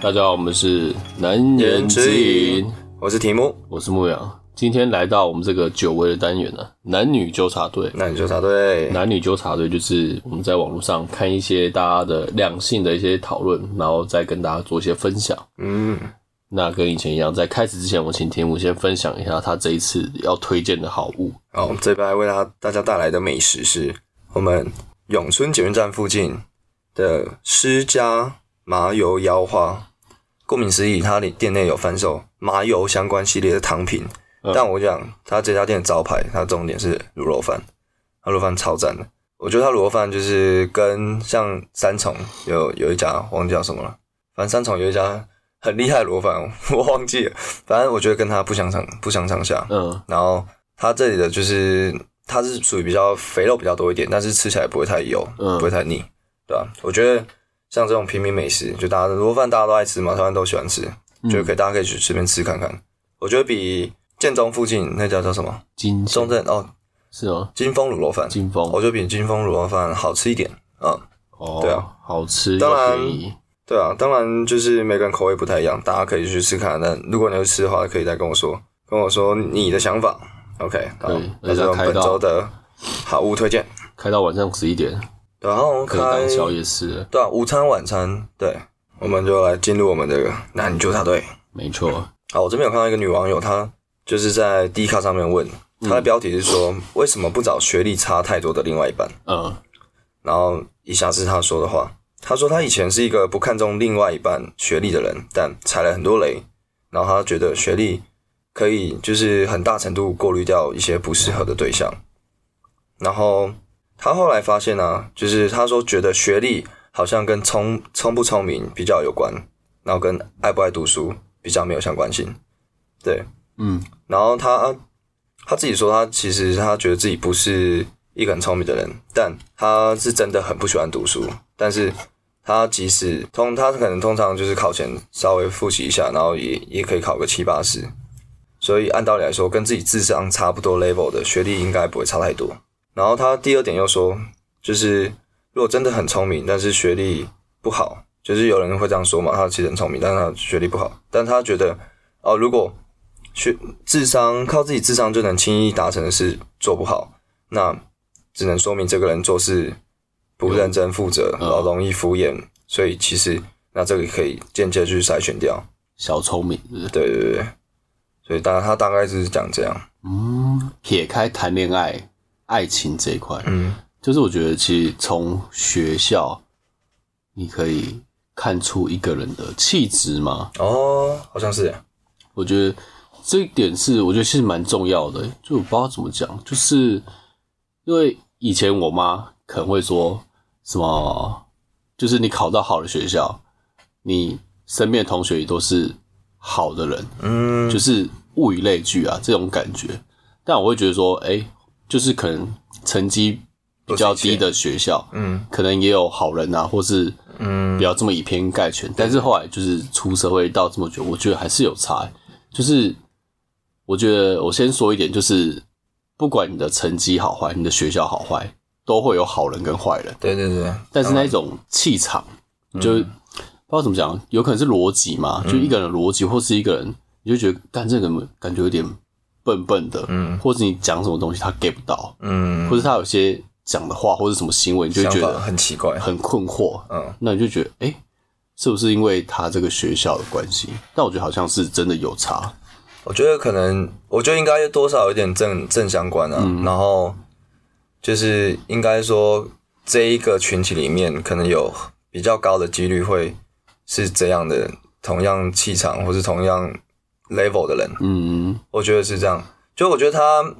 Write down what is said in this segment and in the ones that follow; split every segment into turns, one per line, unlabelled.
大家好，我们是能言之隐，
我是题目，
我是牧羊。今天来到我们这个久违的单元呢、男女纠察队。
那你就答对。
男女纠察队就是我们在网络上看一些大家的两性的一些讨论，然后再跟大家做一些分享。
嗯，
那跟以前一样，在开始之前，我请天母先分享一下他这一次要推荐的好物。
好，我们这边为大家大家带来的美食是我们永春捷运站附近的施家麻油腰花。顾名思义，它的店内有贩售麻油相关系列的糖品。
嗯
但我讲，它这家店的招牌，它的重点是卤肉饭，它卤肉饭超赞的。我觉得它卤肉饭就是跟像三重有有一家忘记叫什么了，反正三重有一家很厉害的卤肉饭，我忘记了。反正我觉得跟它不相上不相上下。
嗯，
然后它这里的就是它是属于比较肥肉比较多一点，但是吃起来不会太油，
嗯
不会太腻，对吧、我觉得像这种平民美食，就大家卤肉饭大家都爱吃嘛，台湾都喜欢吃，
嗯
就可以大家可以去这边吃看看。我觉得比建中附近那家叫什么
金
中正哦
是吗？
金丰卤肉饭，
金峰
我觉得比金丰卤肉饭好吃一点，嗯。
哦，
对啊，
好吃又
当然
便宜。
对啊，当然就是每个人口味不太一样，大家可以去吃看。但如果你要吃的话，可以再跟我说，跟我说你的想法。OK，好
对，
那是我
而且
们
要开
本
到
周的好物推荐。
开到晚上十一点，
然后
可
开
以当宵夜吃了。
对啊，午餐、晚餐，对，我们就来进入我们的男女纠察队。
没错，
好，我这边有看到一个女网友，她就是在 D 卡上面问，
嗯
她的标题是说、为什么不找学历差太多的另外一半？
嗯
然后以下是她说的话，她说她以前是一个不看重另外一半学历的人，但踩了很多雷，然后她觉得学历可以就是很大程度过滤掉一些不适合的对象。然后她后来发现呢、就是她说觉得学历好像跟聪聪不聪明比较有关，然后跟爱不爱读书比较没有相关性。对，
嗯，
然后他啊他自己说，他其实他觉得自己不是一个很聪明的人，但他是真的很不喜欢读书。但是他即使通，他可能通常就是考前稍微复习一下，然后也也可以考个七八十。所以按道理来说，跟自己智商差不多 level 的学历应该不会差太多。然后他第二点又说，就是如果真的很聪明，但是学历不好，就是有人会这样说嘛，他其实很聪明，但是他学历不好，但他觉得哦，如果学智商靠自己智商就能轻易达成的事做不好，那只能说明这个人做事不认真负责，
嗯
然后容易敷衍，所以其实那这个可以间接去筛选掉。
小聪明是不是
对对对，所以大概他大概是讲这样，
嗯，撇开谈恋爱、爱情这一块，
嗯，
就是我觉得其实从学校，你可以看出一个人的气质嘛。
哦，好像是，
我觉得这一点是我觉得其实蛮重要的，就我不知道怎么讲，就是因为以前我妈可能会说什么，就是你考到好的学校，你身边的同学也都是好的人，
嗯，
就是物以类聚啊这种感觉。但我会觉得说，哎、就是可能成绩比较低的学校，
嗯
可能也有好人啊，或是
嗯
不要这么以偏概全。但是后来就是出社会到这么久，我觉得还是有差欸、就是我觉得我先说一点，就是不管你的成绩好坏，你的学校好坏，都会有好人跟坏人。
对对对，
但是那一种气场，就不知道怎么讲，有可能是逻辑嘛，
嗯
就一个人的逻辑，或是一个人，你就觉得干这个人感觉有点笨笨的，
嗯
或是你讲什么东西他 get 不到，
嗯
或，是他有些讲的话或是什么行为，你就会
想
觉
法
得
很奇怪，
很困惑，
嗯，
那你就觉得哎、诶是不是因为他这个学校的关系？但我觉得好像是真的有差，
我觉得可能，我觉得应该多少有点正正相关啊。然后就是应该说，这一个群体里面，可能有比较高的几率会是这样的，同样气场或是同样 level 的人，
嗯，
我觉得是这样。就我觉得他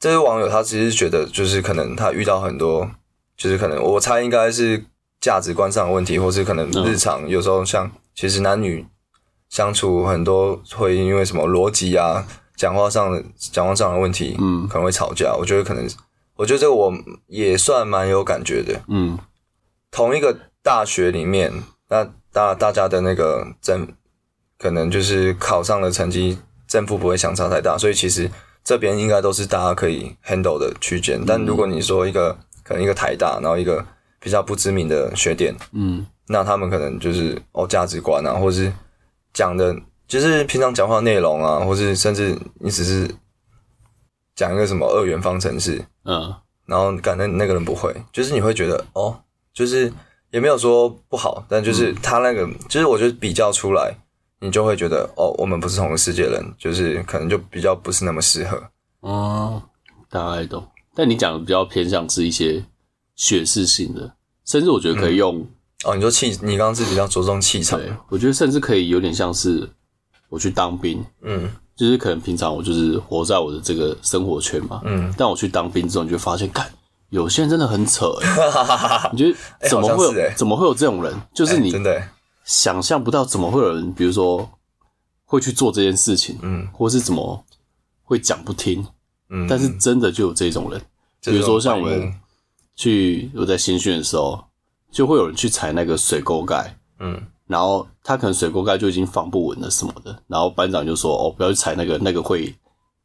这位网友，他其实觉得就是可能他遇到很多，就是可能我猜应该是价值观上的问题，或是可能日常有时候像其实男女相处很多会因为什么逻辑啊、讲话上的讲话上的问题，
嗯
可能会吵架。我觉得可能，我觉得这个我也算蛮有感觉的。
嗯，
同一个大学里面，那大大家的那个正，可能就是考上的成绩正负不会相差太大，所以其实这边应该都是大家可以 handle 的区间。但如果你说一个可能一个台大，然后一个比较不知名的学店，
嗯，
那他们可能就是哦价值观啊，或是讲的，就是平常讲话的内容啊，或是甚至你只是讲一个什么二元方程式，
嗯
然后感觉那个人不会，就是你会觉得哦，就是也没有说不好，但
嗯
就是他那个，就是我觉得比较出来，你就会觉得哦，我们不是同个世界人，就是可能就比较不是那么适合。
哦，大概懂。但你讲的比较偏向是一些学士性的，甚至我觉得可以用、
哦，你说气，你刚刚是比较着重气场，
对，我觉得甚至可以有点像是我去当兵，
嗯
就是可能平常我就是活在我的这个生活圈嘛，
嗯，
但我去当兵之后，你就发现，看有些人真的很扯、 欸，你觉得
哎
怎么
好像
会有、
是欸
怎么会有这种人？ 就是你
真的欸，
想象不到怎么会有人，比如说会去做这件事情，
嗯
或是怎么会讲不听，
嗯，
但是真的就有这种人。
这
比如说
种
像
白
我
目
去我在新训的时候，就会有人去踩那个水沟盖，
嗯
然后他可能水沟盖就已经放不稳了什么的，然后班长就说：“哦，不要去踩那个，那个会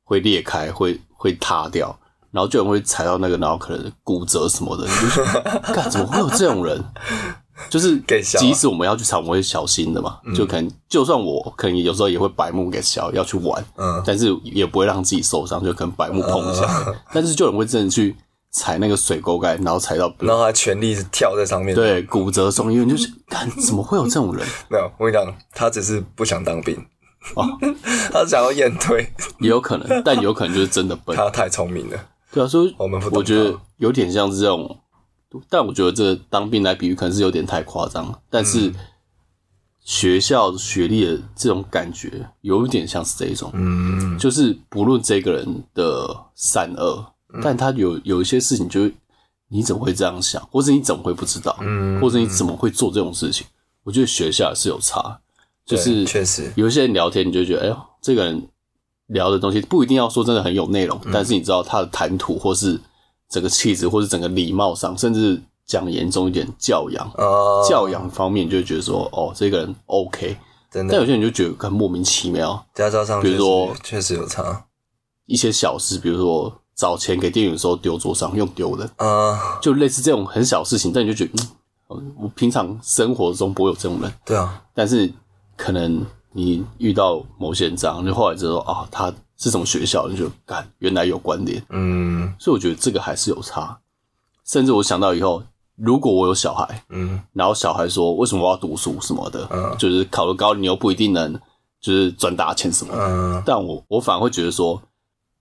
会裂开，会会塌掉。”然后就有人会踩到那个，然后可能骨折什么的。你就说 干怎么会有这种人？就是
给小啊
即使我们要去踩，我们会小心的嘛。
嗯
就可能就算我可能有时候也会白目给小要去玩，
嗯
但是也不会让自己受伤，就可能白目碰一下。 但是就有人会真的去踩那个水沟盖，然后踩到
然后还全力跳在上面。，
对骨折送医院，就是干怎么会有这种人？
没有，我跟你讲，他只是不想当兵，
哦
他想要验退，
也有可能，但有可能就是真的 笨。
他太聪明了。
对啊，所以
我们不懂
我觉得
他
有点像是这种，但我觉得这当兵来比喻可能是有点太夸张了。但
嗯
是学校学历的这种感觉有一点像是这一种，
嗯，
就是不论这个人的善恶，
嗯
但他有有一些事情就会，你怎么会这样想，或者你怎么会不知道，
嗯
或者你怎么会做这种事情？我觉得学校是有差，就
对
是
确实，
有一些人聊天，你就觉得，哎呦，这个人聊的东西不一定要说真的很有内容，
嗯
但是你知道他的谈吐，或是整个气质，或是整个礼貌上，甚至讲严重一点，教养、
啊，
教养方面，你就会觉得说，哦，这个人 OK。
真
但有
的，
些人就觉得很莫名其妙，
加加上
比如
确实
说
确实有差
一些小事，比如说找钱给店员的时候丢桌上，用丢的，
啊，
就类似这种很小事情，但你就觉得，嗯，我平常生活中不会有这种人。
对啊，
但是可能你遇到某些人这样，就后来知道啊，他是什么学校，你就看原来有关联，
嗯
所以我觉得这个还是有差。甚至我想到以后，如果我有小孩，
嗯
然后小孩说为什么我要读书什么的，
嗯
就是考得高你又不一定能就是赚大钱什么的，
嗯
但我我反而会觉得说，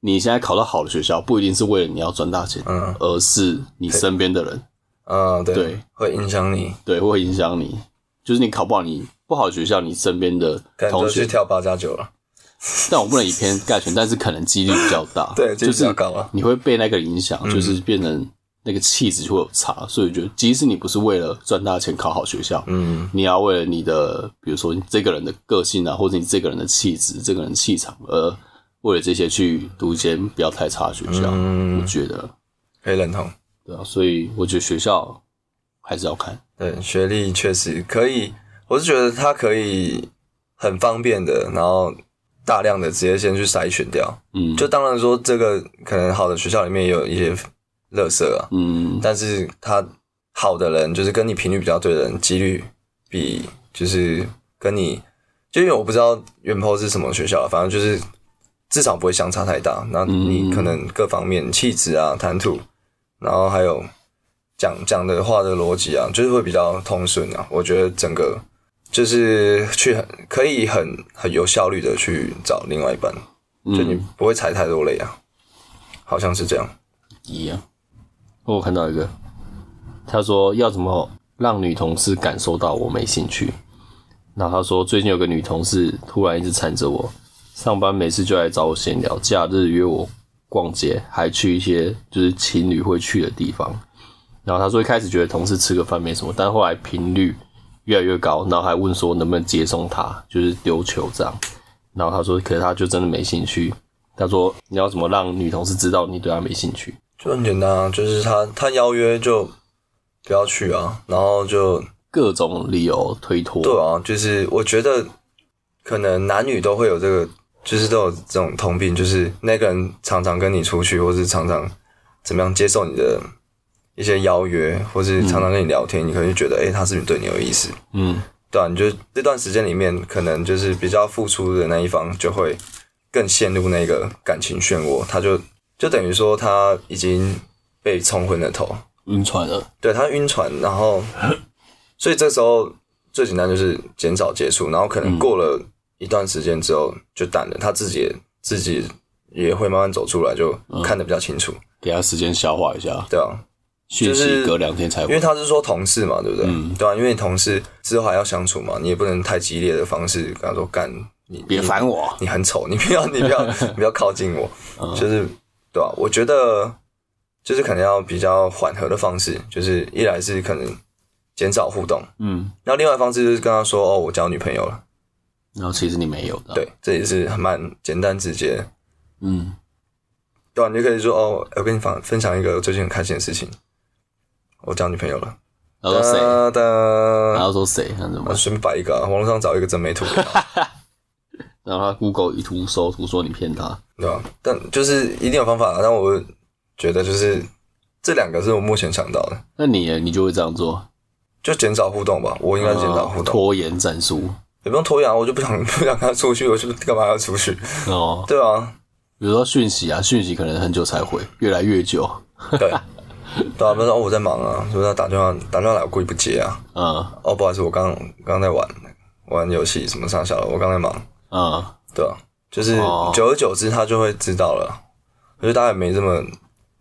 你现在考到好的学校，不一定是为了你要赚大钱，
嗯
而是你身边的人
啊，对
对，
会影响你，
对会影响你，就是你考不好你不好的学校，你身边的
可能
同
就
学
去跳八加九了，。
但我不能以偏概全，但是可能几率比较大
对几
就
率比较
是
高嗯啊
你会被那个影响，就是变成那个气质会有差。所以我觉得，即使你不是为了赚大钱考好学校，
嗯
你要为了你的，比如说你这个人的个性啊，或者你这个人的气质、这个人的气场，而为了这些去读一间不要太差的学校。我
嗯，
觉得，
可以认同。
对啊，所以我觉得学校还是要看。
对，学历确实可以，我是觉得它可以很方便的，然后大量的直接先去筛选掉。
嗯，
就当然说，这个可能好的学校里面也有一些垃圾啊，
嗯，
但是他好的人，就是跟你频率比较对的人，几率比就是跟你，就因为我不知道原 p 是什么学校，啊反正就是至少不会相差太大。那你可能各方面气质啊、谈吐，然后还有讲讲的话的逻辑啊，就是会比较通顺啊。我觉得整个就是去很可以很很有效率的去找另外一半，就你
嗯，
不会踩太多雷啊，好像是这样。
一样。我看到一个，他说要怎么让女同事感受到我没兴趣。然后他说最近有个女同事突然一直缠着我，上班没事就来找我闲聊，假日约我逛街，还去一些就是情侣会去的地方。然后他说一开始觉得同事吃个饭没什么，但后来频率越来越高，然后还问说能不能接送他，就是丢球这样。然后他说，可是他就真的没兴趣。他说你要怎么让女同事知道你对她没兴趣？
就很简单啊，就是他他邀约就不要去啊，然后就
各种理由推脱。
对啊，就是我觉得可能男女都会有这个，就是都有这种通病，就是那个人常常跟你出去，或是常常怎么样接受你的一些邀约，或是常常跟你聊天，你可能就觉得，哎、他是不是对你有意思？
嗯，
对啊，你就这段时间里面，可能就是比较付出的那一方就会更陷入那个感情漩涡，他就就等于说他已经被冲昏了头，
晕船了，
对他晕船，然后所以这时候最简单就是减少接触，然后
嗯
可能过了一段时间之后就淡了，他自己也自己也会慢慢走出来，就
嗯
看得比较清楚，
给他时间消化一下，
对啊，
讯
就是
息隔两天才
因为
回。
他是说同事嘛，对不对？
嗯
对啊，因为你同事之后还要相处嘛，你也不能太激烈的方式跟他说干你
别烦我，
你很丑，你不要， 你不 要，你不要靠近我，
嗯
就是对吧、啊我觉得就是可能要比较缓和的方式，就是一来是可能减少互动，
嗯，
然后另外一方式就是跟他说哦，我交女朋友了，
然后其实你没有的，，
对，这也是蛮简单直接的，
嗯，
对啊，你就可以说哦，我跟你分分享一个最近很开心的事情，我交女朋友了，
然后说谁，
哒哒
然后说谁，那怎么
我
办？
随便摆一个、啊，网络上找一个真美图，啊
然后他 Google 以图搜图说你骗他，
对吧、但就是一定有方法、啊，但我觉得就是这两个是我目前想到的。
那你耶你就会这样做，
就减少互动吧，我应该减少互
呃
动，
拖延战术
也不用拖延啊，我就不想 不想跟他出去，我就干嘛要出去？
哦。
对啊，
比如说讯息啊，讯息可能很久才回，越来越久，
对，对啊，不是说哦我在忙啊，所以他打电话打电话来，我故意不接啊。
嗯
哦，不好意思，我刚刚在玩玩游戏，什么上下了，我刚在忙。
嗯，
对啊，就是
哦
久而久之，他就会知道了。我觉得大家也没这么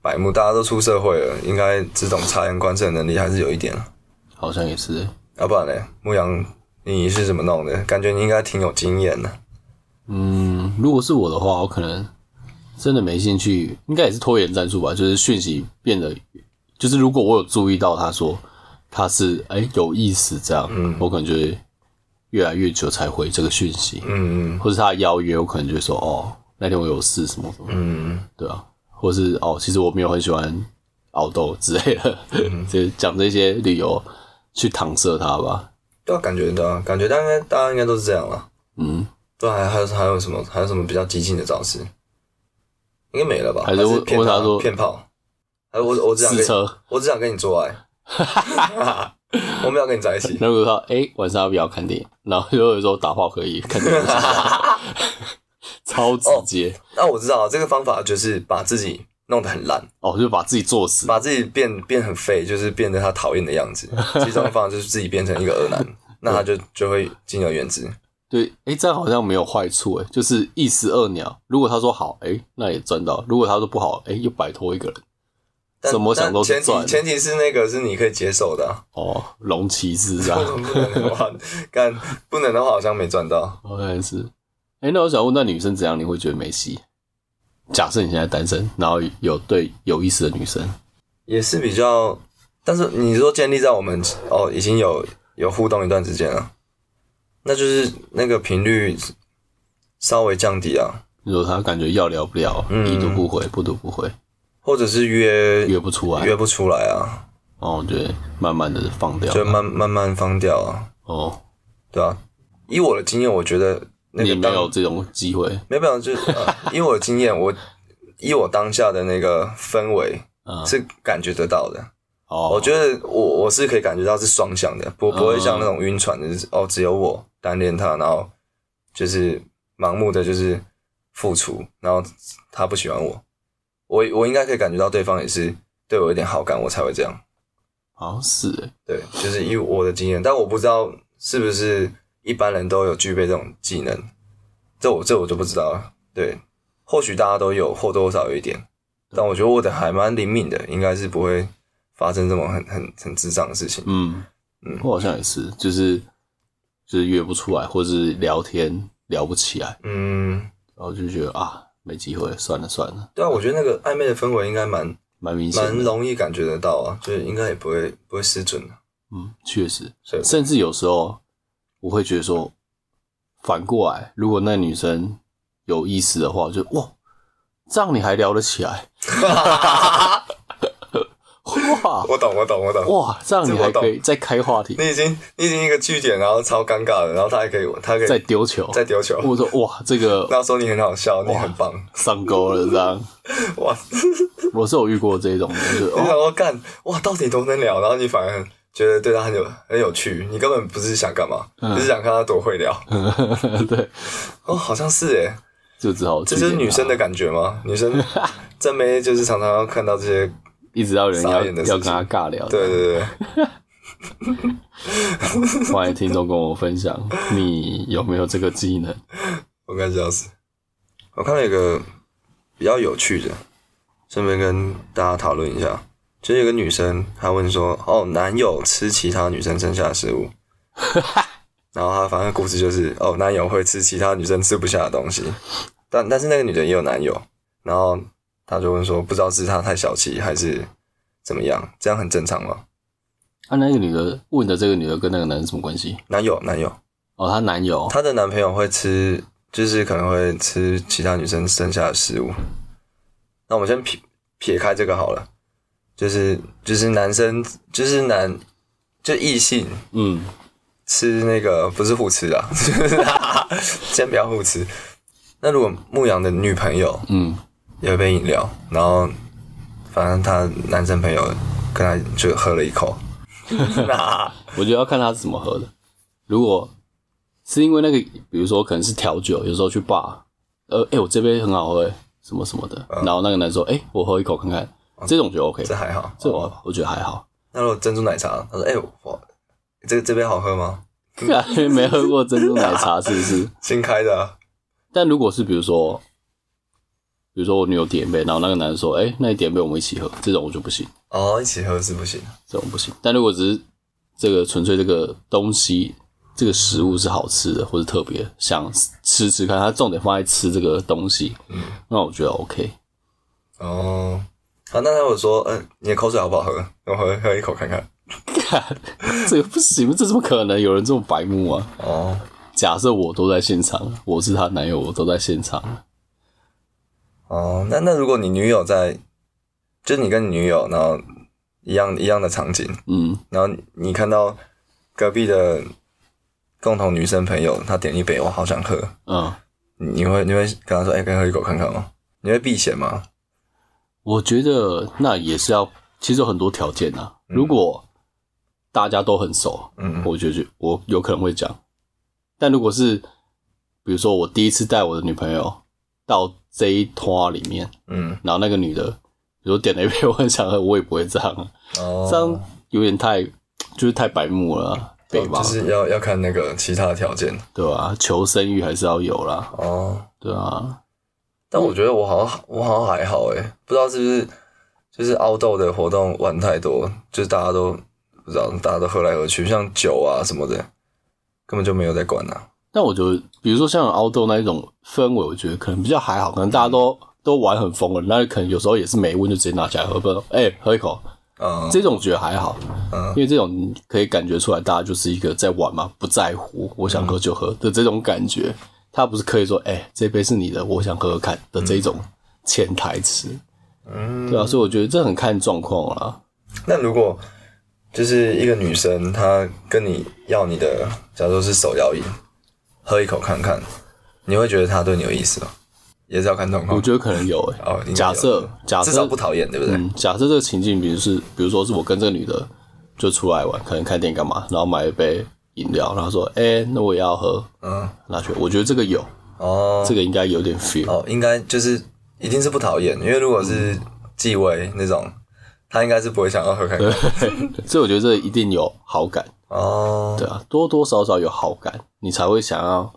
白目，大家都出社会了，应该这种察言观色的能力还是有一点啊。
好像也是耶，
要不然嘞，牧羊，你是怎么弄的？感觉你应该挺有经验的。
嗯，如果是我的话，我可能真的没兴趣，应该也是拖延战术吧。就是讯息变得，就是如果我有注意到他说他是哎、有意思这样，我可能就会越来越久才回这个讯息，
嗯
或是他的邀约，我可能就会说哦那天我有事什么什么，
嗯，
对啊，或是哦其实我没有很喜欢熬豆之类的，就讲 这些理由去搪塞他吧。
对啊，感觉对啊，感觉大家应该大家应该都是这样了。
嗯，
对啊，还还有还有什么还有什么比较激进的招式？应该没了吧？
还是我
骗
我想
他
说
骗炮？还是我我只想
试
跟你
车，
我只想跟你 做爱，我没有跟你在一起。
然后我就说，哎、晚上要不要看电影？然后有人说打炮可以，看电影不行超直接
那我知道啊这个方法就是把自己弄得很烂，
哦就把自己作死，
把自己变变很废，就是变得他讨厌的样 子。其中一方就是自己变成一个恶男，那他就就会敬而远之。
对，哎、这样好像没有坏处，哎，就是一石二鸟。如果他说好，哎、那也赚到；如果他说不好，哎、又摆脱一个人。
但
怎么想都是
但前
赚
提前提是那个是你可以接受的、啊，
哦，龙骑士这
为
样
什，么 不能的话，干不能的话好像没赚到。
好像哦是。哎、那我想问，那女生怎样你会觉得没戏？假设你现在单身，然后有对有意思的女生，
也是比较，但是你说建立在我们哦已经有有互动一段时间了，那就是那个频率稍微降低啊，
如果她感觉要聊不聊，已读不回，不读不回，
或者是约
约不出来，
约不出来啊，
哦，我觉得慢慢的放掉
就慢慢慢放掉啊，
哦，
对啊，以我的经验，我觉得那
你
个
没
当
有这种机会，
没有没有，就是、呃以我的经验，我以我当下的那个氛 围
嗯，
是感觉得到的。
哦，
我觉得我我是可以感觉到是双向的，不不会像那种晕船的，就是哦，只有我单恋他，然后就是盲目的就是付出，然后他不喜欢我，我我应该可以感觉到对方也是对我有点好感，我才会这样。
好像是欸，
对，就是以我的经验，但我不知道是不是一般人都有具备这种技能，这我这我就不知道了。对，或许大家都有或多或少有一点，但我觉得我的还蛮灵敏的，应该是不会发生这种很很很智障的事情。
嗯
嗯
我好像也是，就是就是约不出来，或是聊天聊不起来，
嗯，
然后就觉得啊，没机会，算了算了，
对啊，我觉得那个暧昧的氛围应该蛮
蛮明显
蛮
的，
容易感觉得到啊，就是应该也不会不会失准的、
嗯，确实，
所以
甚至有时候我会觉得说，反过来，如果那女生有意思的话，我就 哇，这样你还聊得起来，哇，话，
我懂，我懂，我懂。
哇，这样你
这
还
我懂
可以再开话题，
你已经你已经一个据点，然后超尴尬的，然后他还可以他还可
再
以
丢球。
再丢球，
我说哇，这个
然后说你很好笑，你很棒，
上钩了，这样
哇！
我是有遇过这种的， 就是
你想
哦，
说干哇，到底多能聊，然后你反而觉得对他很有很有趣，你根本不是想干嘛，只是想看他多会聊。
嗯 对，
哦，好像是诶，
就只好
这
这
就是女生的感觉吗？女生真没就是常常要看到这些，
一直要有人
傻
要
眼的事
要跟
情
他尬聊。
对对对，
欢迎听众跟我分享，你有没有这个技能？
我该笑死。我看了一个比较有趣的，顺便跟大家讨论一下。就是有个女生，她问说：“哦，男友吃其他女生剩下的食物。” 然后她反正故事就是，哦，男友会吃其他女生吃不下的东西。但但是那个女的也有男友，然后她就问说：“不知道是她太小气，还是怎么样？这样很正常吗
啊，那个女的问的这个女的跟那个男人什么关系？？”
男友，男友，
哦，她男友
她的男朋友会吃，就是可能会吃其他女生剩下的食物。那我们先撇撇开这个好了，就是就是男生就是男就异性
嗯，
吃那个不是互吃啊， 先不要互吃。那如果牧羊的女朋友
嗯，
有一杯饮料，然后反正她男生朋友跟她就喝了 一口，
我觉得要看她是怎么喝的。如果是因为那个，比如说可能是调酒，有时候去吧，呃，哎、我这杯很好喝、欸，什么什么的，然后那个男说，哎、我喝一口看看，这种就 OK，
这还好。
这我我觉得还好，
那如果珍珠奶茶，她说：“哎、我这这杯好喝吗？
没喝过珍珠奶茶是不是？
新开的啊、
但如果是比如说，比如说我女友点一杯，然后那个男人说，哎、那你点一杯我们一起喝，这种我就不行。
哦，一起喝是不行。
这种不行。但如果只是这个纯粹这个东西，这个食物是好吃的或者特别想吃吃看，它重点放在吃这个东西，那我觉得 OK。
哦，啊，那他有说，嗯、你的口水好不好喝？我喝喝一口看看。
这个不行，这怎么可能有人这么白目啊？
哦，
假设我都在现场，我是她男友，我都在现场，
哦，那那如果你女友在，就是你跟你女友，然后一样一样的场景，
嗯，
然后你看到隔壁的共同女生朋友，她点一杯，我好想喝，
嗯，
你会你会跟她说，哎、可以喝一口看看吗？你会避嫌吗？
我觉得那也是要，其实有很多条件啊。如果大家都很熟，
嗯，
我就觉我有可能会讲。但如果是比如说我第一次带我的女朋友到这一拖里面，
嗯，
然后那个女的，比如点了一杯我很想喝，我也不会这样啊，
哦，
这样有点太就是太白目了啊，对吧
哦就？是要要看那个其他的条件。
对吧、求生欲还是要有啦，
哦，
对啊，
但我觉得我好像我好像还好诶、不知道是不是就是凹豆的活动玩太多，就是大家都不知道，大家都喝来喝去，像酒啊什么的，根本就没有在管啊。
但我觉得，比如说像凹豆那一种氛围，我觉得可能比较还好，可能大家都都玩很疯了，那可能有时候也是没问就直接拿起来喝，不然哎、喝一口，
嗯，
这种觉得还好，
嗯
因为这种你可以感觉出来，大家就是一个在玩嘛，不在乎，我想喝就喝的这种感觉。他不是可以说，哎、这杯是你的，我想喝喝看的这种潜台词，
嗯，
对啊，所以我觉得这很看状况啦。
那如果就是一个女生，她跟你要你的，假如说是手摇饮，喝一口看看，你会觉得她对你有意思吗？也是要看状况
我。觉得可能有、哎、
哦，应该有
假设嗯假
至少
设
不讨厌，对不对？
嗯，假设这个情境，比如是，比如说是我跟这个女的就出来玩，可能看电影干嘛，然后买一杯饮料，然后说，哎、那我也要喝，
嗯，
拿去，我觉得这个有，
哦，
这个应该有点 feel，
哦，应该就是一定是不讨厌，因为如果是
嗯
纪委那种，他应该是不会想要喝开水。
所以我觉得这一定有好感。
哦，
对啊，多多少少有好感，你才会想要，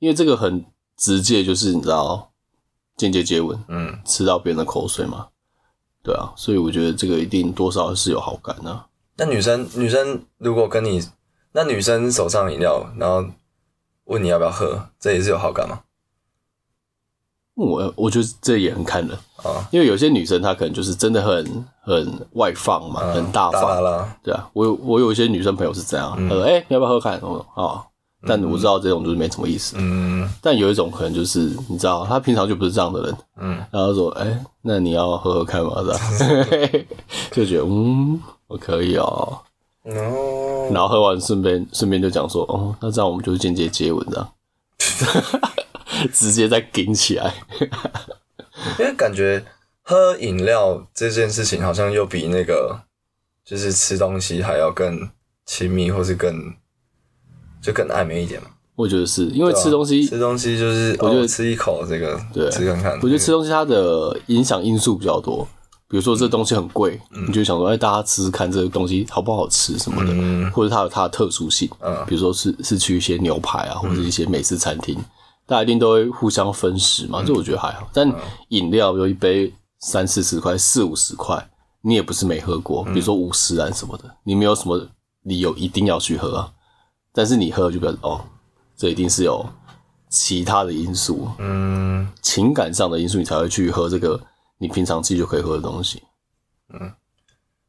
因为这个很直接，就是你知道，间接接吻，
嗯，
吃到别人的口水嘛，对啊，所以我觉得这个一定多少是有好感的、啊
那女生女生如果跟你，那女生手上饮料，然后问你要不要喝，这也是有好感吗？
嗯我我觉得这也很看人，
啊，
因为有些女生她可能就是真的很很外放嘛，很大
嗯大嗯
方，
啦啦，
对啊，我有我有一些女生朋友是这样，她说哎、你要不要喝看？我说哦，但我知道这种就是没什么意思，
嗯
但有一种可能就是你知道，她平常就不是这样的人，
嗯，
然后说：“哎、那你要喝喝看嘛，是吧？” 就觉得嗯，我可以哦。
哦，
然后喝完顺便顺便就讲说，哦，那这样我们就是间接接吻这样， 直接再顶起来。
因为感觉喝饮料这件事情好像又比那个就是吃东西还要更亲密，或是更就更暧昧一点嘛。
我觉得是因为
对啊
吃东西，
吃东西就是
我觉得
哦、吃一口这个，
对
吃看看。
我觉得吃东西它的影响因素比较多。比如说这东西很贵，你就想说，哎，大家吃吃看这个东西好不好吃什么的，
嗯嗯
或者它有它的特殊性。
嗯
比如说是是去一些牛排啊，或者是一些美式餐厅，大家一定都会互相分食嘛，这我觉得还好。但
嗯
饮料有一杯三四十块、四五十块，你也不是没喝过，比如说
嗯
五十兰什么的，你没有什么理由一定要去喝啊。但是你喝就表示哦，这一定是有其他的因素，
嗯，
情感上的因素，你才会去喝这个你平常自己就可以喝的东西。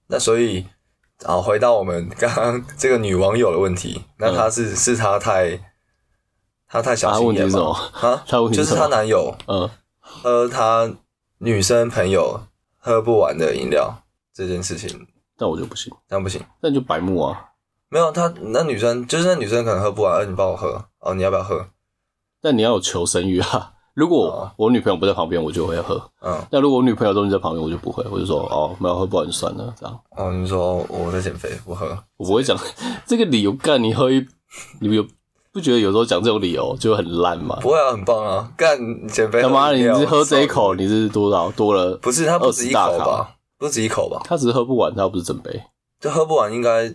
那所以啊，回到我们刚刚 这个女网友的问题，那她是、是她太她太小
啊，
心
嗯问题
眼
是什么
吗？？啊，
她问题
就是是
什
她
么？
男友
嗯，
喝她女生朋友喝不完的饮料这件事情，
但我就不行，
这样不行。
那你就白目啊。
没有，她那女生就是那女生可能喝不完，哎，你帮我喝哦，你要不要喝？
但你要有求生欲啊。 如果
哦
我女朋友不在旁边，我就会喝；
嗯，
那如果我女朋友都已经在旁边，我就不会。我就说哦，没有喝不完就算了，这样
哦，你说哦我在减肥，不喝。
我不会讲 这个理由。干你喝一，你有不觉得有时候讲这种理由就很烂吗？
不会啊，很棒啊！干你减肥
他
很无聊，
妈的，你是喝这一
受不
口，
了，
你是多少多了？
不是他不止一口
20大卡
吧？不止一口吧？
他只是喝不完，他不是整杯。
就喝不完，应该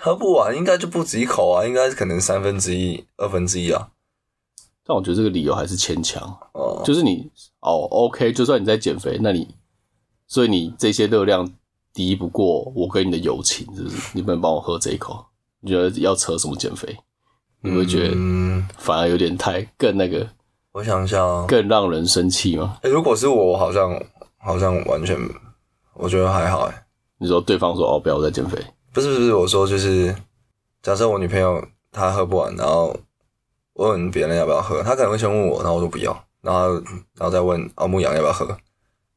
喝不完，应该就不止一口啊，应该可能三分之一、二分之一啊。
但我觉得这个理由还是牵强，
哦，
就是你哦，OK，就算你在减肥，那你所以你这些热量敌不过我给你的友情，是不是？你不能帮我喝这一口，你觉得要扯什么减肥？你会觉得
嗯，
反而有点太更那个，
我想一下啊、
更让人生气吗？
诶如果是我，我好像好像完全，我觉得还好哎、
你说对方说哦，不要我在减肥，
不是不是不是，我说就是，假设我女朋友她喝不完，然后我问别人要不要喝，她可能会先问我，然后我说不要，然后她然后再问哦牧羊要不要喝，然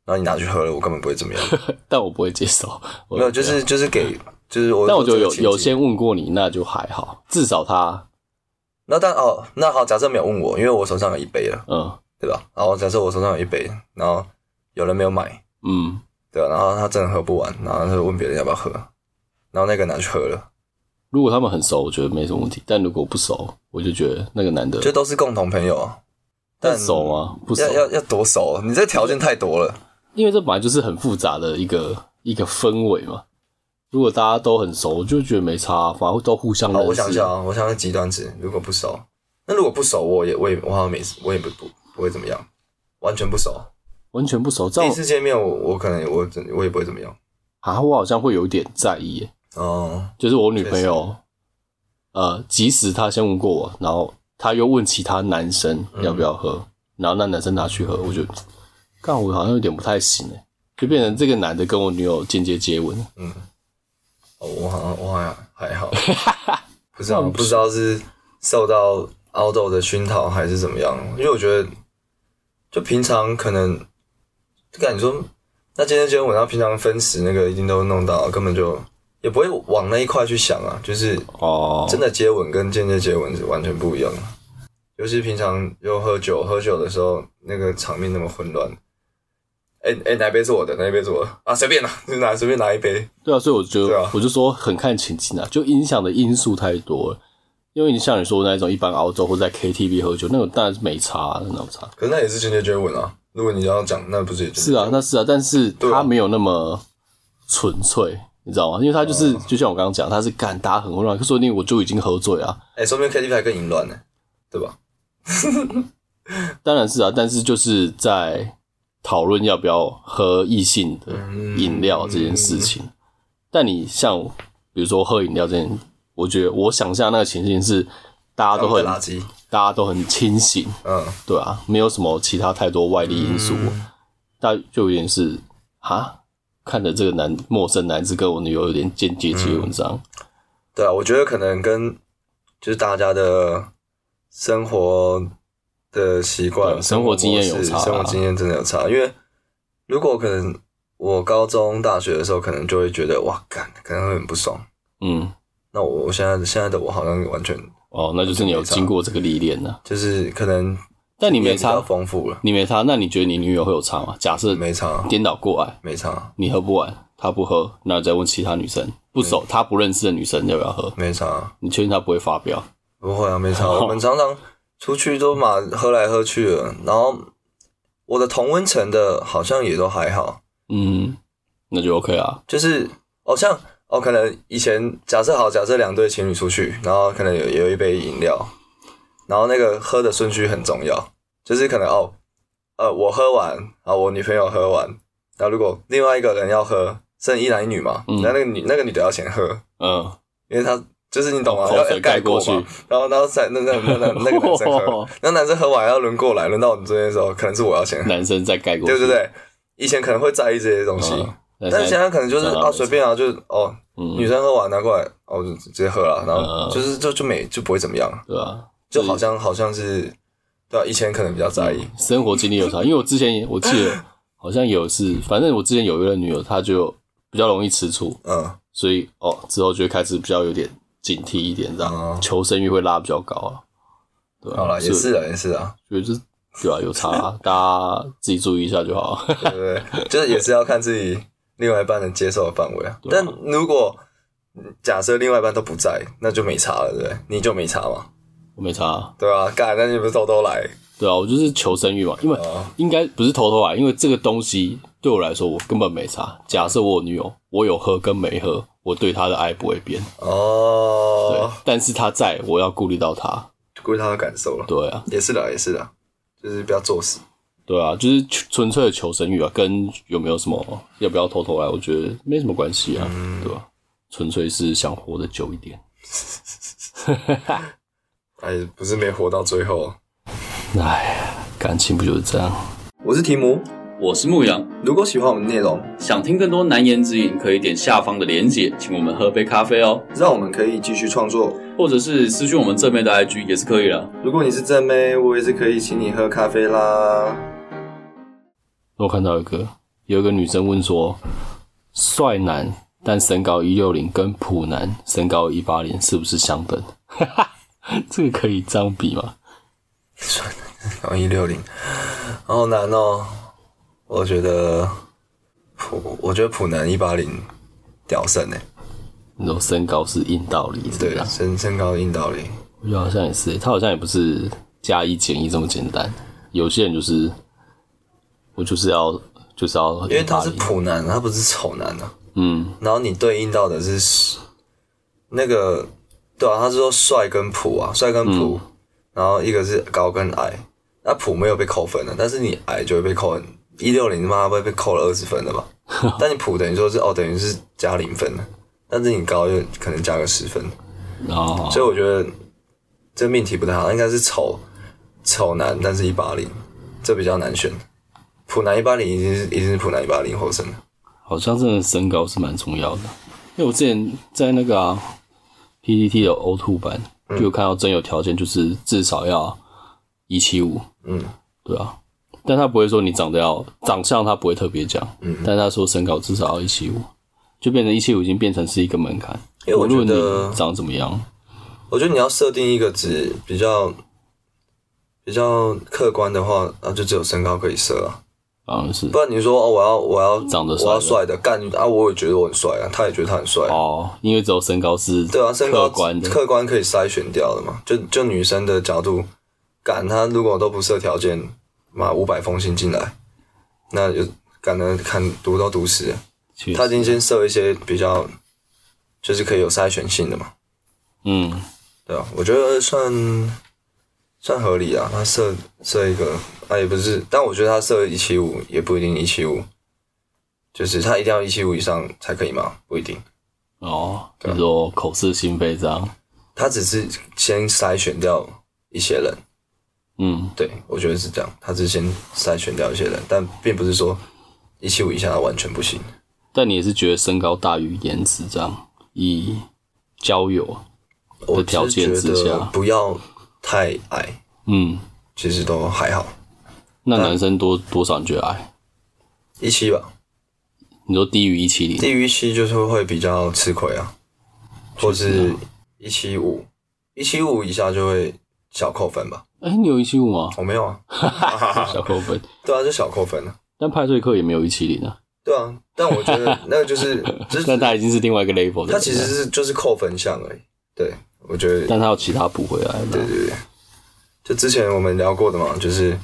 后你拿去喝了，我根本不会怎么样。
但我不会接受。 我
没有，就是就是给，就是我。
但我觉得有
这个情
有
境
先问过你，那就还好，至少他
那但哦，那好，假设没有问我，因为我手上有一杯了，
嗯
对吧？然后假设我手上有一杯，然后有人没有买，
嗯，
对吧？然后他真的喝不完，然后他就问别人要不要喝，然后那个拿去喝了，
如果他们很熟，我觉得没什么问题；但如果不熟，我就觉得那个男的
就都是共同朋友啊。
但熟吗？不熟
要，要要多熟？你这条件太多了。
因为这本来就是很复杂的一个一个氛围嘛。如果大家都很熟，我就觉得没差、啊反正都互相
好，
认识。
我想一下啊，我想想极端值，如果不熟，那如果不熟，我也我也我好像没我也不不不会怎么样，完全不熟。
完全不熟，这
第一
样
次见面我，我可能我真我也不会怎么样。
啊，我好像会有一点在意耶。
哦，
就是我女朋友，呃，即使她先问过我，然后她又问其他男生
嗯
要不要喝，然后那男生拿去喝，我就，干我好像有点不太行哎，就变成这个男的跟我女友间接接吻，
哦我好像我好像 还好，不知道不知道是受到凹豆的熏陶还是怎么样，因为我觉得就平常可能，就感觉说那今天今天晚上平常分食那个一定都弄到，根本就也不会往那一块去想啊，就是
哦，
真的接吻跟间接接吻是完全不一样的。尤其平常又喝酒，喝酒的时候那个场面那么混乱。哎、哎、哪一杯是我的？哪一杯是我的？啊，随便啦、就拿随便拿一杯。
对啊，所以我就、
对啊
我就说很看情境啊，就影响的因素太多了，因为你像你说的那一种一般熬粥或者在 KTV 喝酒，那种当然是没差、啊，那种差，
可是那也是间接接吻啊。如果你要讲，那不是也
是啊，那是啊，但是
啊
他没有那么纯粹，你知道吗？因为他就是、
嗯
就像我刚刚讲，他是干大家很混乱，说不定我就已经喝醉啊。
哎、说明 KTV 还更淫乱呢，对吧？
当然是啊，但是就是在讨论要不要喝异性的
嗯
饮料这件事情。但你像比如说喝饮料这件，我觉得我想象那个情境是大家都很
他们的垃圾
大家都很清醒，
嗯，
对啊，没有什么其他太多外力因素，但就有点是啊，看着这个男陌生男子跟我女友有点间接接吻这样，
对啊，我觉得可能跟就是大家的生活的习惯、
对生活经验有
模式
差啊
生活经验真的有差。因为如果可能我高中、大学的时候，可能就会觉得哇，干，可能会很不爽。
嗯，
那我我现在现在的我好像完全
哦，那就是你有经过这个历练呢。
就是可能
但你
也
没
比较
差，
丰富了，
你没差，那你觉得你女友会有差吗？假设
没差，
颠倒过来，
没差，
你喝不完，她不喝，那再问其他女生不熟、她不认识的女生要不要喝？
没差，
你确定她不会发飙？
不会啊，没差。我们常常出去都嘛喝来喝去的，然后我的同温层的好像也都还好，
嗯，那就 OK 啊。
就是哦，像哦，可能以前假设好，假设两对情侣出去，然后可能有有一杯饮料，然后那个喝的顺序很重要，就是可能哦，呃，我喝完啊，我女朋友喝完，然后如果另外一个人要喝，剩一男一女嘛，
嗯
那那个女那个女的要先喝，
嗯，
因为她就是你懂吗？
哦口
要
水
要盖
过
过
去哦
嘛，然后然后再那那那那那个男生喝，那男生喝完要轮过来，轮到我们这边的时候，可能是我要先 喝，
男生再盖过去，
对不对？以前可能会在意这些东西。
嗯？
但是
现
现
在
在可能就是
对啊
啊，
没错
随便啊，就是哦，
嗯
女生喝完拿过来，哦，就直接喝了，然
嗯
后就是就就没就不会怎么样，
对啊吧？
就好像好像是对啊，以前可能比较在意，
生活经历有差，因为我之前也我记得好像有一次，反正我之前有一个女友，她就比较容易吃醋，
嗯
所以哦之后就会开始比较有点警惕一点，这样、
嗯，
求生欲会拉比较高啊。对啊
好了，也
所以
是啊，也是啊，
我觉得这对啊有差啊， 大家自己注意一下就好。
对不对？就是也是要看自己另外一半能接受的范围啊。但如果嗯假设另外一半都不在，那就没差了，对不对？你就没差嘛，
我没差、啊，
对啊，干，那你不是偷偷来
对啊，我就是求生欲嘛，因为
啊？
应该不是偷偷啊，因为这个东西对我来说我根本没差。假设我有女友，我有喝跟没喝，我对她的爱不会变。对，
哦，
但是她在我要顾虑到她。
顾虑他的感受了，
对啊，
也是的，也是的，就是不要作死。
对啊，就是纯粹的求生欲啊，跟有没有什么要不要偷偷来，我觉得没什么关系啊，对吧、纯粹是想活得久一点。
哎，不是没活到最后。
唉，感情不就是这样？
我是提姆，
我是牧羊，
如果喜欢我们的内容，
想听更多难言之隐，可以点下方的连结，请我们喝杯咖啡哦，
让我们可以继续创作。
或者是私讯我们正面的 IG 也是可以的。
如果你是正妹，我也是可以请你喝咖啡啦。
我看到一个，有一个女生问说，帅男但身高一六零跟普男身高一八零是不是相等？ 哈哈，这个可以这样比吗？
然后一六零，好难哦。我觉得普，我觉得普男一八零屌胜哎，
你说身高是硬道理，是不
对
是，啊？
身身高硬道理，
我觉得啊好像也是，他好像也不是加一减一这么简单。有些人就是我就是要就是要180，
因为他是普男，他不是丑男啊。
嗯，
然后你对应到的是那个，对啊，他是说帅跟普啊，帅跟普，然后一个是高跟矮，那普没有被扣分的，但是你矮就会被扣很，一六零妈会被扣了二十分的吧？但你普等于说是哦，等于是加零分的，但是你高就可能加个十分，
然后
所以我觉得这命题不太好，应该是丑丑男，但是一八零，这比较难选。普男一八零已经是已经是普男一八零获胜了，
好像真的身高是蛮重要的。因为我之前在那个啊 PPT 的 O two 版
嗯
就有看到真有条件，就是至少要一七五，
嗯，
对啊。但他不会说你长得要长相，他不会特别讲，嗯，但他说身高至少要一七五，就变成一七五已经变成是一个门槛，
因为
无
我觉
论
得
你长怎么样，
我觉得你要设定一个值比较比较客观的话，那、就只有身高可以设啊。
好像是
不然你说哦，我要我要
长得帅的
我要帅的干啊，我也觉得我很帅啊，他也觉得他很帅。
哦，因为只有身高是
对啊，身高
客观的，
客观可以筛选掉的嘛。就就女生的角度，干他如果都不设条件，妈五百封信进来，那就干能看读都读死了。
确实
他已经先设一些比较，就是可以有筛选性的嘛。
嗯，
对啊，我觉得算算合理啊。他设设一个，啊也不是，但我觉得他设一七五也不一定一七五，就是他一定要一七五以上才可以吗？不一定，
哦，
啊
你说口是心非这样，
他只是先筛选掉一些人，
嗯，
对我觉得是这样，他是先筛选掉一些人，但并不是说一七五以下完全不行。
但你也是觉得身高大于颜值这样，以交友，
我
条
是觉
件之
得
下
不要太矮，
嗯，
其实都还好，
那男生多多少你觉得矮？
一七吧，
你说低于一七零，
低于一七就是会比较吃亏啊，或
确实
是一七五，一七五以下就会小扣分吧。
哎，你有一七五 吗？
我、没有啊，
小扣分，
对啊，就小扣分啊。
但派对课也没有一七零啊，
对啊，但我觉得那个就是就是
但它已经是另外一个 level 的。
它其实，是就是扣分项而已。对，我觉得
但它有其他补回来
对
的。
对对，就之前我们聊过的嘛，就是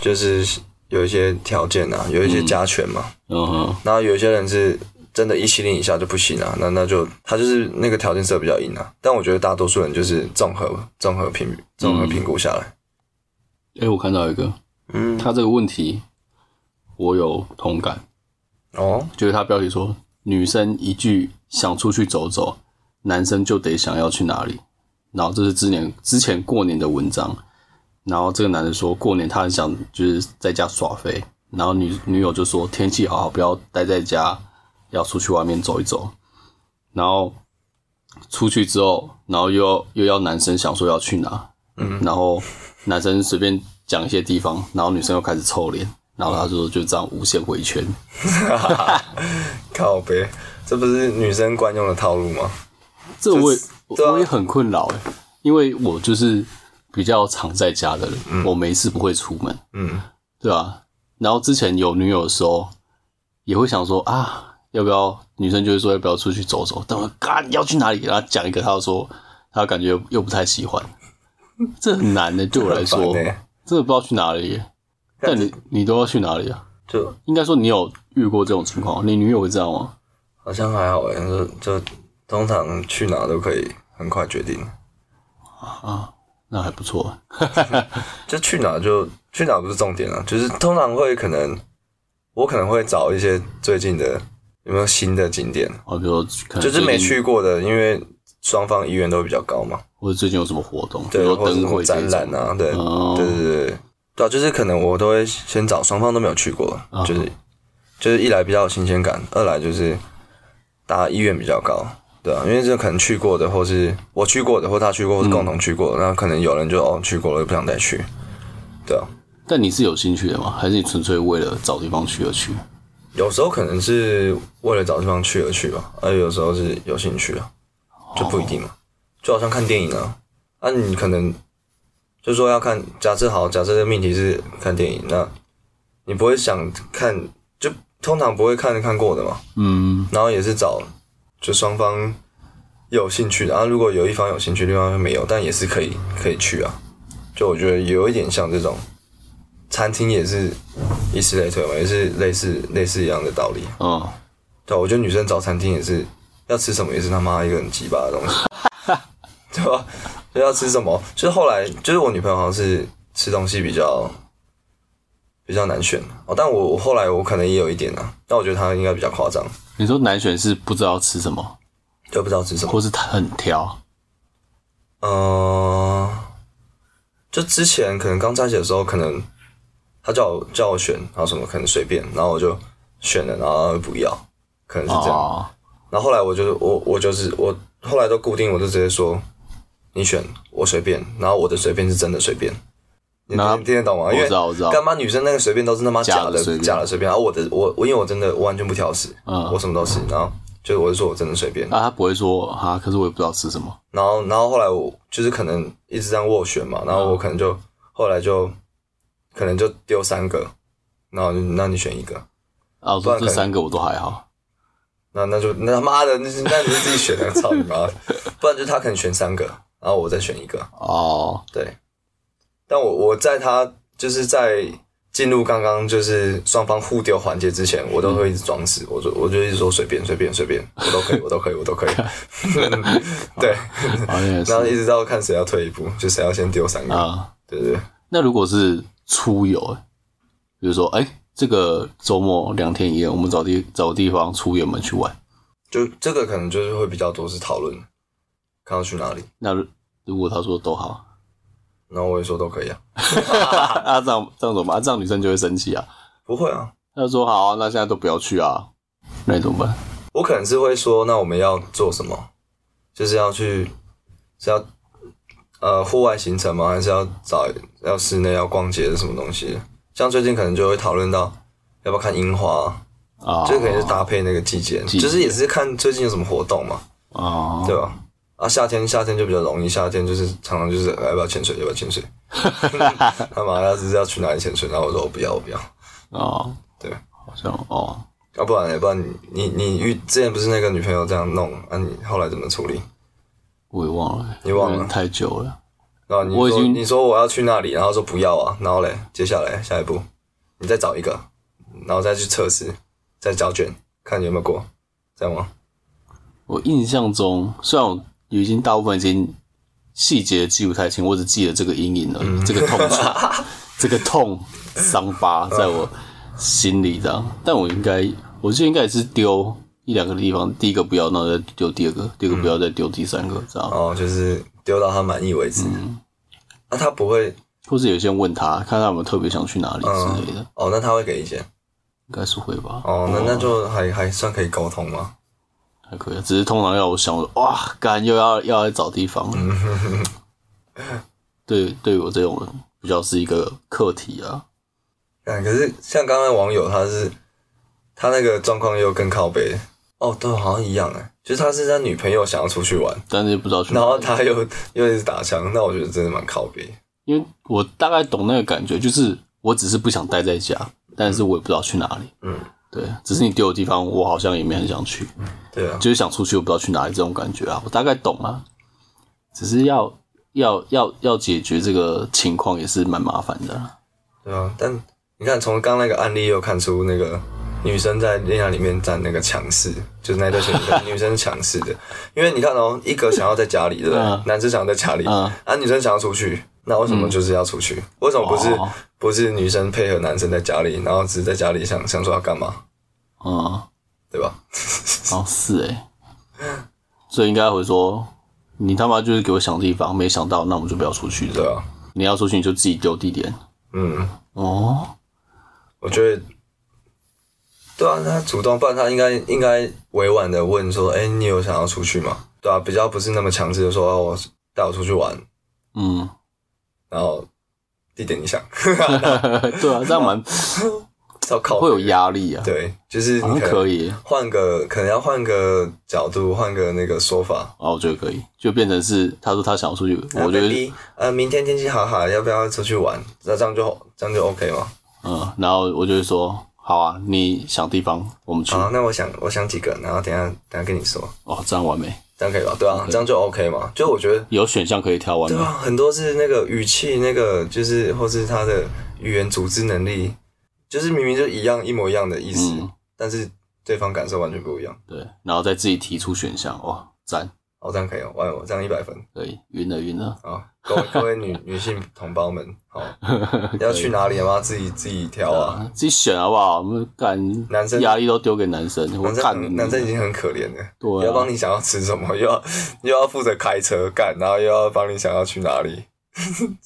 就是有一些条件啊，有一些加权嘛，
嗯哼，
然后有一些人是真的一七零以下就不行啊，那那就他就是那个条件设比较硬啊，但我觉得大多数人就是综合综合评综合评估下来，
哎，我看到一个，
嗯，
他这个问题我有同感，
哦，
就是他标题说女生一句想出去走走，男生就得想要去哪里。然后这是之前之前过年的文章，然后这个男的说过年他很想就是在家耍飞，然后女女友就说天气好好不要待在家，要出去外面走一走。然后出去之后，然后又要又要男生想说要去哪，嗯，然后男生随便讲一些地方，然后女生又开始臭脸，然后他就说就这样无限回圈。
靠呗，这不是女生惯用的套路吗？
这我也、
对啊
我也很困扰哎，因为我就是比较常在家的人，我没事不会出门，
嗯，
对啊。然后之前有女友的时候，也会想说啊，要不要女生就会说要不要出去走走？但我干要去哪里？然后讲一个，她说她感觉又又不太喜欢，这很难的、对我来
很
说，
烦欸
真的不知道去哪里耶。但你你都要去哪里啊？
就
应该说你有遇过这种情况，你女友会这样吗？
好像还好哎、就就通常去哪都可以很快决定，
那还不错，啊
就去哪就去哪不是重点啊，就是通常会可能我可能会找一些最近的有没有新的景点，
哦，比如说可能
就是
最
没
近
去过的，因为双方意愿都比较高嘛，
或者最近有什么活动，比
对，
如
或
说
者是
灯
什么
会这
展
种
览啊，对，
哦
对对对对，对啊，就是可能我都会先找双方都没有去过，
哦
就是就是一来比较有新鲜感，二来就是大家意愿比较高，对啊，因为这可能去过的，或是我去过的，或他去过，或
嗯
是共同去过，然后可能有人就哦去过了，不想再去，对啊，
但你是有兴趣的吗？还是你纯粹为了找地方去而去？
有时候可能是为了找地方去而去吧，而有时候是有兴趣啊，就不一定嘛。就好像看电影啊，啊，你可能就说要看，假设好，假设这命题是看电影，那你不会想看，就通常不会看看过的嘛，
嗯，
然后也是找就双方有兴趣的，啊，如果有一方有兴趣，另外一方没有，但也是可以可以去啊。就我觉得有一点像这种餐厅也是以此类推嘛，也是类似类似一样的道理。
哦，
对啊、我觉得女生找餐厅也是要吃什么也是他妈一个很鸡巴的东西，对吧、就要吃什么，就是后来就是我女朋友好像是吃东西比较比较难选哦，但我我后来我可能也有一点啊，但我觉得她应该比较夸张，
你说难选是不知道吃什么，
就不知道吃什么。
或是他很挑？
呃，就之前可能刚在一起的时候，可能他叫我叫我选，然后什么可能随便，然后我就选了，然后不要，可能是这样。
哦，
然后后来我就是我我就是我后来都固定，我就直接说你选我随便，然后我的随便是真的随便。你
那
听听得懂吗？
我
因为
知道我知道
干妈女生那个随便都是他妈
假
假
的
的
随便
假的随便，然后我的我我因为我真的我完全不挑食，
嗯
我什么都吃，然后就是我就说我真的随便，
那、他不会说啊，可是我也不知道吃什么。
然后然后后来我就是可能一直这样斡旋嘛，然
嗯
后我可能就后来就可能就丢三个，然后就那你选一个，
啊，我
不
说
然
这
可能
三个我都还好。
那那就那他妈的那那你就自己 选的，操你妈的！不然就他可能选三个，然后我再选一个，
哦，
对。但我我在他就是在进入刚刚就是双方互丢环节之前，我都会一直装
嗯
死，我就我就一直说随便随便随便，我都可以我都可以我 都可以， 对。
好像哦也
然后
是
一直到看谁要退一步，就谁要先丢三个，
啊。
对对对。
那如果是出游，欸比如说，哎、这个周末两天一夜，我们找地找地方出远门去玩。
就这个可能就是会比较多是讨论，看要去哪里，
那如如果他说都好，
然后我也说都可以啊，
啊，这样这样怎么办？啊这样女生就会生气啊。
不会啊，
他就说好、啊，那现在都不要去啊，那你怎么办？
我可能是会说，那我们要做什么？就是要去是要呃户外行程吗？还是要找要室内要逛街的什么东西？像最近可能就会讨论到要不要看樱花啊、
啊，
这可能是搭配那个季节，
季节
就是也是看最近有什么活动嘛，
啊，
对吧？啊，夏天夏天就比较容易，夏天就是常常就是哎要不要潜水，要不要潜 水？他妈要是要去哪里潜水，然后我说我不要，我不要。
啊，
对，
好像哦，
要、不然呢？不然你你你遇之前不是那个女朋友这样弄啊？你后来怎么处理？
我也忘了，
你忘了
有点太久了，
然后你
我已
说
经
你说我要去那里，然后说不要啊，然后嘞，接下来下一步你再找一个，然后再去测试，再交卷，看有没有过，这样吗？
我印象中虽然我已经大部分已经细节记不太清，我只记得这个阴影了，
嗯
这个痛楚， 这个痛伤疤在我心里这样，但我应该，我记得应该也是丢。一两个地方，第一个不要，然后再丢第二个，第二个不要，
嗯
再丢第三个，这样。
然后哦就是丢到他满意为止。那、
嗯
啊他不会
或是有些人问他，看他有没有特别想去哪里之类的，
哦，那他会给意见
应该是会吧。
哦，那那就还还算可以沟通吗？
还可以，只是通常要我想，我哇，干又要又要来找地方了。
嗯
对，对我这种人比较是一个课题啊。
但哎可是像刚刚网友他是他那个状况又更靠背哦，对，好像一样哎，就是他是他女朋友想要出去玩，
但是不知道去哪
然
里，
后他又又一直打枪，那我觉得真的蛮靠背。
因为我大概懂那个感觉，就是我只是不想待在家，但是我也不知道去哪里。
嗯，
对，只是你丢的地方，我好像也没很想去，
对啊，
就是想出去，我不知道去哪里这种感觉啊。我大概懂啊，只是要要要要解决这个情况也是蛮麻烦的啊。
对啊，但你看从刚那个案例又看出那个女生在恋爱里面占那个强势，就是那对情侣女生是强势的，因为你看哦，一个想要在家里，对不对？
嗯
男生想要在家里，
嗯
啊，女生想要出去，那为什么就是要出去？为什么不是、
哦
不是女生配合男生在家里，然后只是在家里想想说要干嘛，
嗯。
对吧？
哦，是哎、所以应该会说，你他妈就是给我想地方，没想到，那我们就不要出去
对
了。
啊，
你要出去，你就自己丢地点。
嗯，
哦，
我觉得。对啊，那他主动，不然他应该应该委婉的问说，哎、你有想要出去吗？对啊，比较不是那么强制的说，哦，我带我出去玩，
嗯，
然后地点你想，
对啊，这样蛮
要靠
会有压力啊。
对，就是
好像
你可
可
能
以，
换个，可能要换个角度，换个那个说法。
哦，我觉得可以，就变成是他说他想要出去，我觉
得
得，
呃，明天天气好好，要不要出去玩？那这样就这样就 OK 吗？
嗯，然后我就会说，好啊，你想地方，我们去。
好，那我想我想几个，然后等一下等一下跟你说，
哦，这样完美，
这样可以吧？对啊这样就 OK 嘛。就我觉得，
有选项可以挑，完
对
美。
啊，很多是那个语气，那个就是或是他的语言组织能力，就是明明就一样一模一样的意思，
嗯
但是对方感受完全不一样。
对，然后再自己提出选项，哇，赞，
哦，这样可以哦，哇，我这样一百分。
可以，晕了晕了，
啊，各 位各位女女性同胞们，好， 要去哪里的话，自己自己挑啊。
自己选好不好？我们干
男生
压力都丢给男生，啊我
男
干你
生男生已经很可怜了，
对啊
要帮你想要吃什么，又 要又要负责开车干，然后又要帮你想要去哪里，哎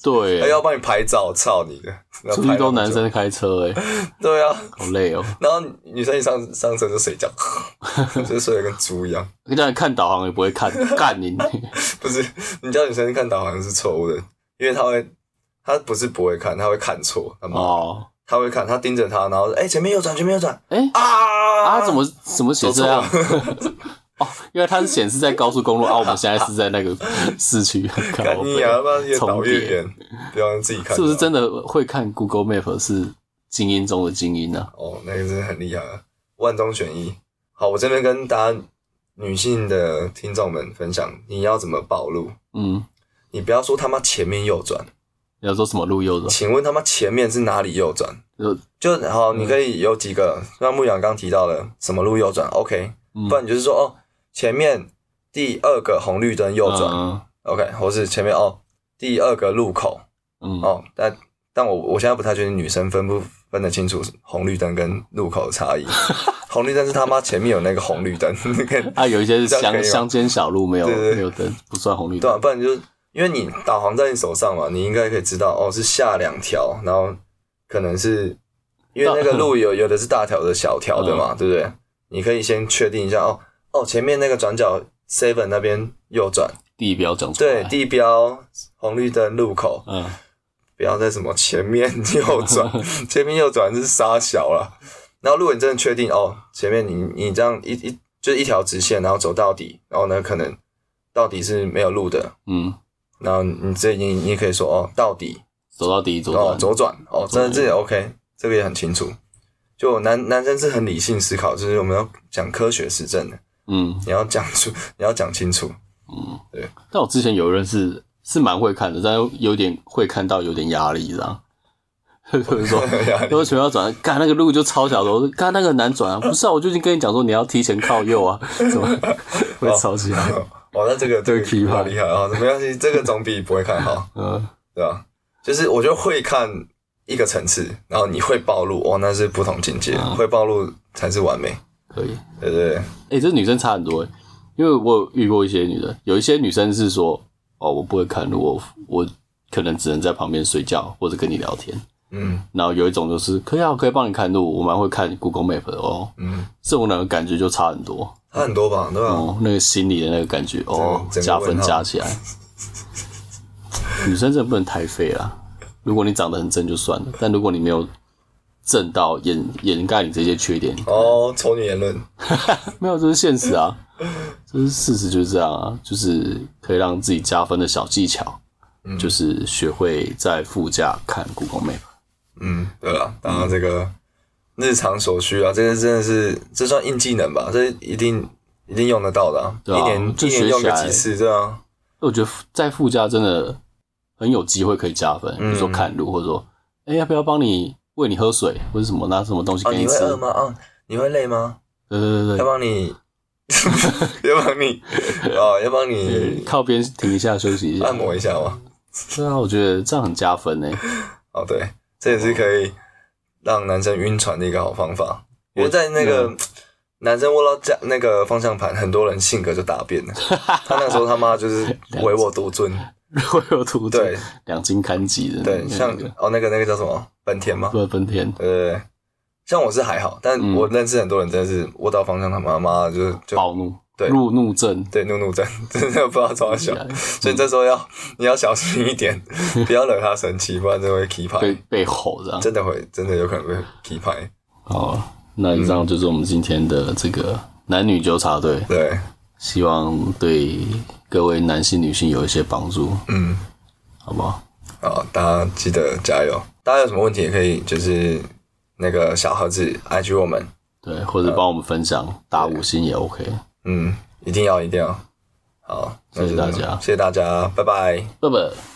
对
还，要帮你拍照，操你的！
出
那
去
拍
都
那么
男
久，
生开车哎、欸，
对啊，
好累哦、
然后女生一上上车就睡觉， 就睡得跟猪一样。
这样看导航也不会 看，干你！
不是，你叫女生看导航是错误的，因为她会，她不是不会看，她会看错，她妈，
哦，
她会看，她盯着她，然后哎、前面右转，前面右转
哎、
啊
啊，怎么怎么写这样
走？
哦，因为它是显示在高速公路，啊，我们现在是在那 个市区，
干
看
你啊！要不然越
重
倒越
叠，
远，不要让自己看到。啊
是不是真的会看 Google Map 是精英中的精英啊呢、
哦，那个真的很厉害啊，万中选一。好，我这边跟大家女性的听众们分享，你要怎么暴露？
嗯，
你不要说他妈前面右转，
你要说什么路右转？
请问他妈前面是哪里右转？
就
就好，你可以有几个，像牧羊刚提到的，什么路右转？OK，
嗯
不然你就是说哦，前面第二个红绿灯右转、
嗯
o k 或是前面哦第二个路口，
嗯，
哦，但但我我现在不太确定女生分不分得清楚红绿灯跟路口的差异。 红绿灯是他妈前面有那个红绿灯，那个
啊，有一些是
这样可以
乡
吗
乡间小路没有
对对对
没有灯，不算红绿
对
灯。
啊，不然就是因为你导航在你手上嘛，你应该可以知道哦是下两条，然后可能是因为那个路有有的是大条的、小条的嘛，对不对？你可以先确定一下哦哦，前面那个转角 seven 那边右转，
地标讲出
对，
来，，
地标红绿灯路口，
嗯，
不要在什么前面右转，前面右转是杀小了。然后如果你真的确定哦，前面你你这样一一就是一条直线，然后走到底，然后呢可能到底是没有路的，
嗯，
然后你这你你也可以说哦，到底
走到第一左
哦
转，
左转哦，
左
这
转
这也 OK，这个也很清楚。就男男生是很理性思考，就是我们要讲科学实证的，
嗯，
你要讲出， 你要讲清楚。
但我之前有一任是是蛮会看的，但有点会看到有点压力这样。
哦
就是 说，如果全要转，干那个路就超小的，我说干那个很难转啊，不是啊，我就已经跟你讲说你要提前靠右啊，怎 么会超级
哦
难？
哇，那这个
这个
这
key
个
吧
好厉害啊！没关系，这个总比不会看好，
嗯，
对吧？就是我觉得会看一个层次，然后你会暴露，哦，那是不同境
啊
界，会暴露才是完美，
可以。
对不对？
哎、这女生差很多哎、因为我有遇过一些女的，有一些女生是说，哦，我不会看路，我我可能只能在旁边睡觉或者跟你聊天。
嗯
然后有一种就是，可以啊，我可以帮你看路，我蛮会看 Google Map 的哦。
嗯，
这种两个感觉就差很多
他很多吧，对吧？
哦，那个心里的那个感觉哦，
整个
加分
问号
加起来。 女生真的不能太废啦，如果你长得很正就算了，但如果你没有正到掩掩盖你这些缺点，
哦，丑女言论，
没有，这是现实啊，这是事实，就是这样啊，就是可以让自己加分的小技巧，就是学会在副驾看 Google Map。
嗯，对了，当然这个日常所需啊，这个真的是这算硬技能吧？这一定一定用得到的、啊，
对啊
一年
就
一年
学
用
起
个
来
几次啊这样、
我觉得在副驾真的很有机会可以加分，
嗯
比如说看路，或者说，哎、要不要帮你喂你喝水，或者什么拿什么东西
啊？
给
你会
吃？
饿吗？啊，你会累吗？
对对对
要
对
帮你， 要帮你， 啊，要帮
对，
你
靠边停一下休息一下
按。摩一下吗？
对啊，我觉得这样很加分呢。
哦，对，这也是可以让男生晕船的一个好方法。因为在那个男生握到这那个方向盘，很多人性格就大变了。他那时候他妈就是唯我独尊，
如果有图
对，
两斤看几的那个，
对，像哦那个那个叫什么本田吗？
不分天
对对对，像我是还好，但
嗯
我认识很多人真的是握到方向，他妈妈就是就
暴怒，
对
路怒症。
对怒怒症， 真的不知道怎么想
来。
所以这时候要你要小心一点，不要惹他生气，不然真的会劈
被
牌，
被吼这样。
真的会真的有可能会劈牌。
好，那以上就是我们今天的这个男女纠察队，
对，
希望对各位男性、女性有一些帮助，
嗯，
好不好？
好，啊大家记得加油。大家有什么问题也可以就是那个小盒子 IG 我们，
对，或者帮我们分享，打五星也 OK。
嗯，一定要一定要。好，那
谢谢
就这样
大家
谢谢大家，拜拜。
拜拜。